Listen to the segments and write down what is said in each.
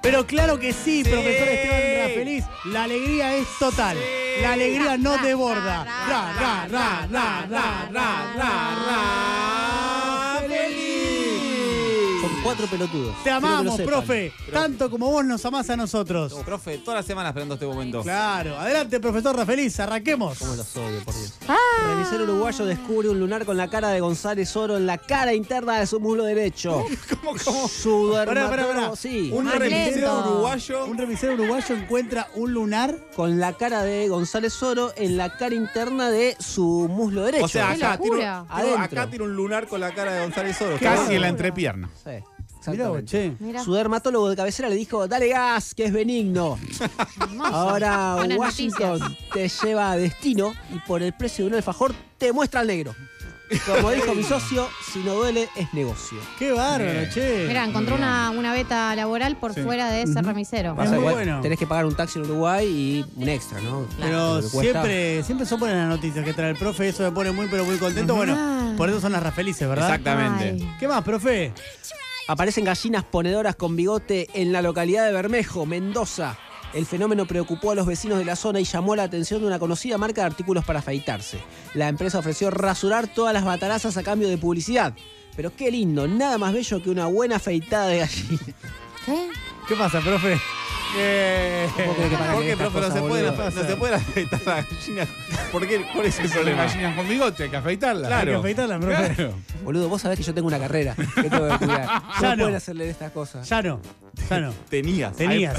Pero claro que sí, Sí. profesor Esteban Rafeliz, la alegría es total. Sí. La alegría no Ra, desborda. ra, Ra, ra, ra, ra, ra, ra, ra, Rafeliz. Son cuatro pelotudos. Te Quiero que lo amamos, sepan. profe, tanto como vos nos amás a nosotros. Como profe, todas las semanas esperando este momento. Claro, adelante, profesor Rafeliz, arranquemos. Cómo los odio, por Dios. Ah. Revisor uruguayo descubre un lunar con la cara de González Oro en la cara interna de su muslo derecho. ¿Cómo, cómo? Su Pará, pará, pará. dermatólogo, sí. Un Más revisero lento. uruguayo. Un revisor uruguayo encuentra un lunar. Con la cara de González Oro en la cara interna de su muslo derecho. O sea, Qué acá tiene, un- locura. tiene- Adentro. acá tiene un lunar con la cara de González Oro. Casi en la bárbaro. entrepierna. Sí, exactamente. Mirá vos, che. Mira. Su dermatólogo de cabecera le dijo, dale gas, que es benigno. Hermoso. Ahora Buenas Washington noticias. te lleva a destino y por el precio de un alfajor te muestra al negro. Como dijo mi socio, si no duele es negocio. Qué bárbaro, Bien. che. Mira, encontró una, una beta laboral por Sí. fuera de ese remisero. Pasa muy igual, bueno. Tenés que pagar un taxi en Uruguay y un extra, ¿no? Pero Lo que cuesta. siempre, siempre son buenas las noticias que trae el profe, eso me pone muy pero muy contento. Ah. Bueno, por eso son las Rafelices, ¿verdad? Exactamente. Ay. ¿Qué más, profe? Aparecen gallinas ponedoras con bigote en la localidad de Bermejo, Mendoza. El fenómeno preocupó a los vecinos de la zona y llamó la atención de una conocida marca de artículos para afeitarse. La empresa ofreció rasurar todas las batarazas a cambio de publicidad. Pero qué lindo, nada más bello que una buena afeitada de gallina. ¿Qué? ¿Qué pasa, profe? Eh, ¿Cómo crees que pagan ¿Por qué, estas profe? No cosas, se pueden boludo? no se pueden afeitar las gallinas. ¿Por qué? ¿Cuál es el Son las problema? gallinas con bigote, hay que afeitarlas. Claro. Hay que afeitarla, profe. Claro. Boludo, vos sabés que yo tengo una carrera que tengo que cuidar. Ya no, no. pueden hacerle estas cosas. Ya no, ya no. Tenías. Tenías.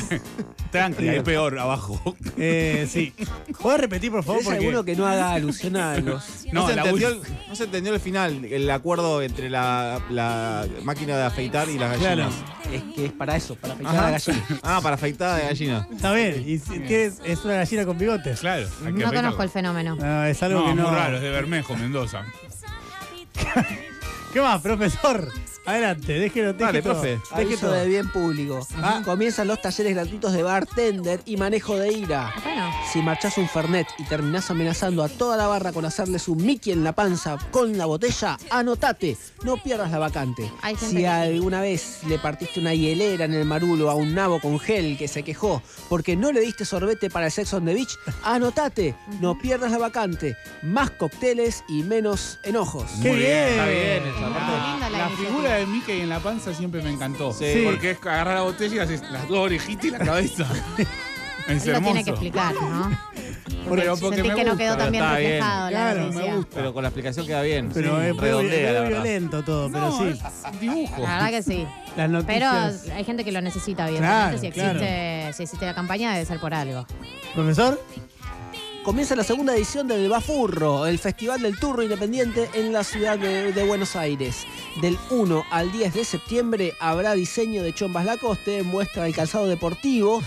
Tranqui, hay peor abajo. Eh, sí. ¿Puedes repetir, por favor? ¿Tenés alguno Porque... que no haga alusión a los No, se la entendió ul- el, no se entendió el final, el acuerdo entre la, la máquina de afeitar y las gallinas. Es que es para eso, para afeitar Ajá. a la gallina. Ah, para afeitada de gallina. Está bien, y si tienes, es una gallina con bigotes. Claro. No hay que conozco afeitarlas. el fenómeno. No, es algo No, que muy no. raro, es de Bermejo, Mendoza. ¿Qué más, profesor? Adelante, déjelo, déjelo. Dale, profe. Deje Aviso todo. de bien público. Ah. Comienzan los talleres gratuitos de bartender y manejo de ira. Bueno, Si marchás un Fernet y terminás amenazando a toda la barra con hacerles un Mickey en la panza con la botella, anotate, no pierdas la vacante. Hay gente Si que- alguna vez le partiste una hielera en el marulo a un nabo con gel que se quejó porque no le diste sorbete para el Sex on the Beach, anotate, no pierdas la vacante. Más cócteles y menos enojos. Ah, ¡Qué Muy bien, bien! está bien esa La, Qué linda la la iniciativa. figura de Mickey en la panza siempre me encantó. Sí. Porque es agarrar la botella y haces las dos orejitas y la cabeza. es él lo hermoso. tiene que explicar, ¿no? Porque Pero porque sentí me que no gusta. quedó tan bien Está bien. reflejado la Claro, me denuncia. gusta. Pero con la explicación queda bien. Pero Sí. es muy, redondea, la muy verdad. violento todo, pero No, sí. es dibujo. La verdad que sí. Las Pero noticias. hay gente que lo necesita, obviamente. Claro, si, existe, claro. si existe la campaña, debe ser por algo. ¿Profesor? Comienza la segunda edición del Bafurro, el Festival del Turro Independiente en la ciudad de, de Buenos Aires. Del 1 al 10 de septiembre habrá diseño de chombas Lacoste, muestra de calzado deportivo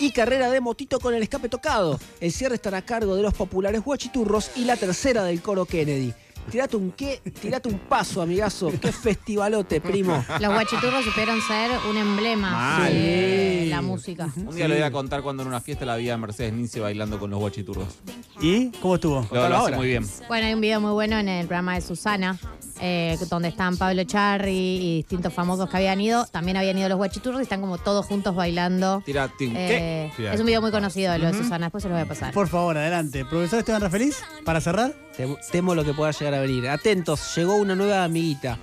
y carrera de motito con el escape tocado. El cierre estará a cargo de los populares Huachiturros y la tercera del coro Kennedy. Tirate un qué, tirate un paso, amigazo. Qué festivalote, primo. Los guachiturros supieron ser un emblema Mal. de la música. Un día le voy a contar cuando en una fiesta la vi a Mercedes Nince bailando con los guachiturros. ¿Y cómo estuvo? Lo, lo hace ahora. muy bien. Bueno, hay un video muy bueno en el programa de Susana, eh, donde están Pablo Charri y distintos famosos que habían ido. También habían ido los guachiturros y están como todos juntos bailando. Tira, tin, ¿qué? Eh, Sí, es un video muy conocido de lo de Susana, después se los voy a pasar. Por favor, adelante. Profesor Esteban Rafeliz, para cerrar. Tem- Temo lo que pueda llegar a venir. Atentos, llegó una nueva amiguita.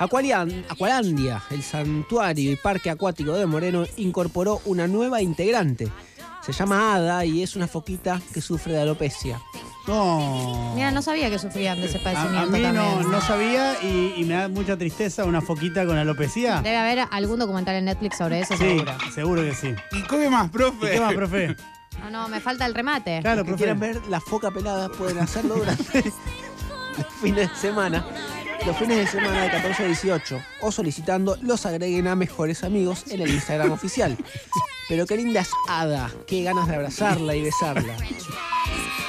Aqualian- Aqualandia, el santuario y parque acuático de Moreno, incorporó una nueva integrante. Se llama Ada y es una foquita que sufre de alopecia. No. Mira, no sabía que sufrían de ese a, padecimiento a mí no, también. no sabía y, y me da mucha tristeza una foquita con alopecia. Debe haber algún documental en Netflix sobre eso, Sí, seguro. seguro que sí. ¿Y come más, ¿Y profe? qué más, profe? No, Ah, no, me falta el remate. Claro, Si profe. quieren ver la foca pelada, pueden hacerlo durante los fines de semana. Los fines de semana de 14 a 18 o solicitando los agreguen a mejores amigos en el Instagram oficial. Pero qué linda es Ada, qué ganas de abrazarla y besarla.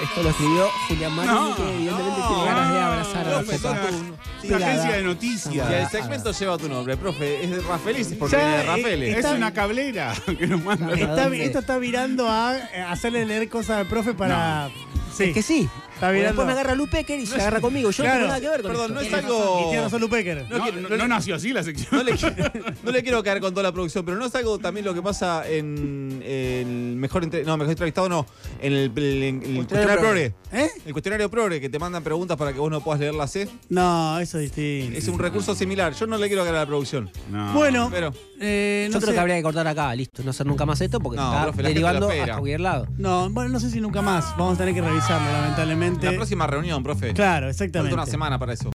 Esto lo escribió Julián Marini, No, que evidentemente no, tiene ganas de abrazar a la profe, foca. sos tu- Sí, la agencia de Y noticias. el segmento lleva tu nombre, profe. Es de Rafelices porque Ya, viene de eh, Rafeles. Es Está- una cablera que nos manda. ¿A Está- eh, dónde? esto está virando a eh, hacerle leer cosas al profe para. Sí. Es que sí, Está Porque mirando. Después me agarra Lupecker y se agarra conmigo. Yo Claro, no tengo nada que ver con perdón, no esto. es Tiene algo- razón, Y tiene razón Lupecker. No, quiero- no- no- no nació así la sección. No le, no le quiero caer con toda la producción, pero no es algo también lo que pasa en el mejor, entre- no, mejor entrevistado, no, en el, el- el cuestionario Progre. ¿Eh? El cuestionario Progre, que te mandan preguntas para que vos no puedas leer la C, No, eso es distinto. es un recurso similar. Yo no le quiero caer a la producción. No. Bueno, Pero eh, Yo no creo sé. que habría que cortar acá, listo. No hacer nunca más esto porque No, está profe, la gente derivando lo espera. hasta cualquier lado. No, bueno, no sé si nunca más. Vamos a tener que revisarlo, lamentablemente. la próxima reunión, profe. Claro, Falta exactamente. una semana para eso.